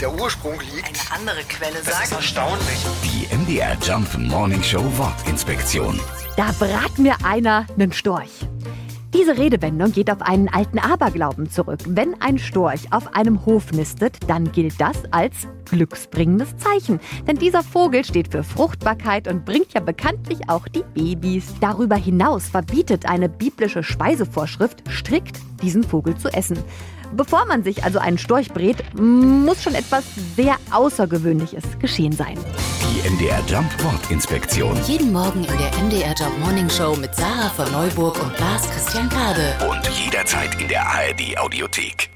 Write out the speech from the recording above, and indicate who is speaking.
Speaker 1: der Ursprung liegt.
Speaker 2: Eine andere Quelle sagt.
Speaker 1: erstaunlich.
Speaker 3: Die MDR Jump Morning Show Wortinspektion.
Speaker 4: Da brat mir einer nen Storch. Diese Redewendung geht auf einen alten Aberglauben zurück. Wenn ein Storch auf einem Hof nistet, dann gilt das als glücksbringendes Zeichen. Denn dieser Vogel steht für Fruchtbarkeit und bringt ja bekanntlich auch die Babys. Darüber hinaus verbietet eine biblische Speisevorschrift strikt, diesen Vogel zu essen. Bevor man sich also einen Storch brät, muss schon etwas sehr Außergewöhnliches geschehen sein.
Speaker 3: Die MDR Jump Wortinspektion.
Speaker 5: Jeden Morgen in der MDR Job Morning Show mit Sarah von Neuburg und Lars Christian Kade.
Speaker 3: Und jederzeit in der ARD Audiothek.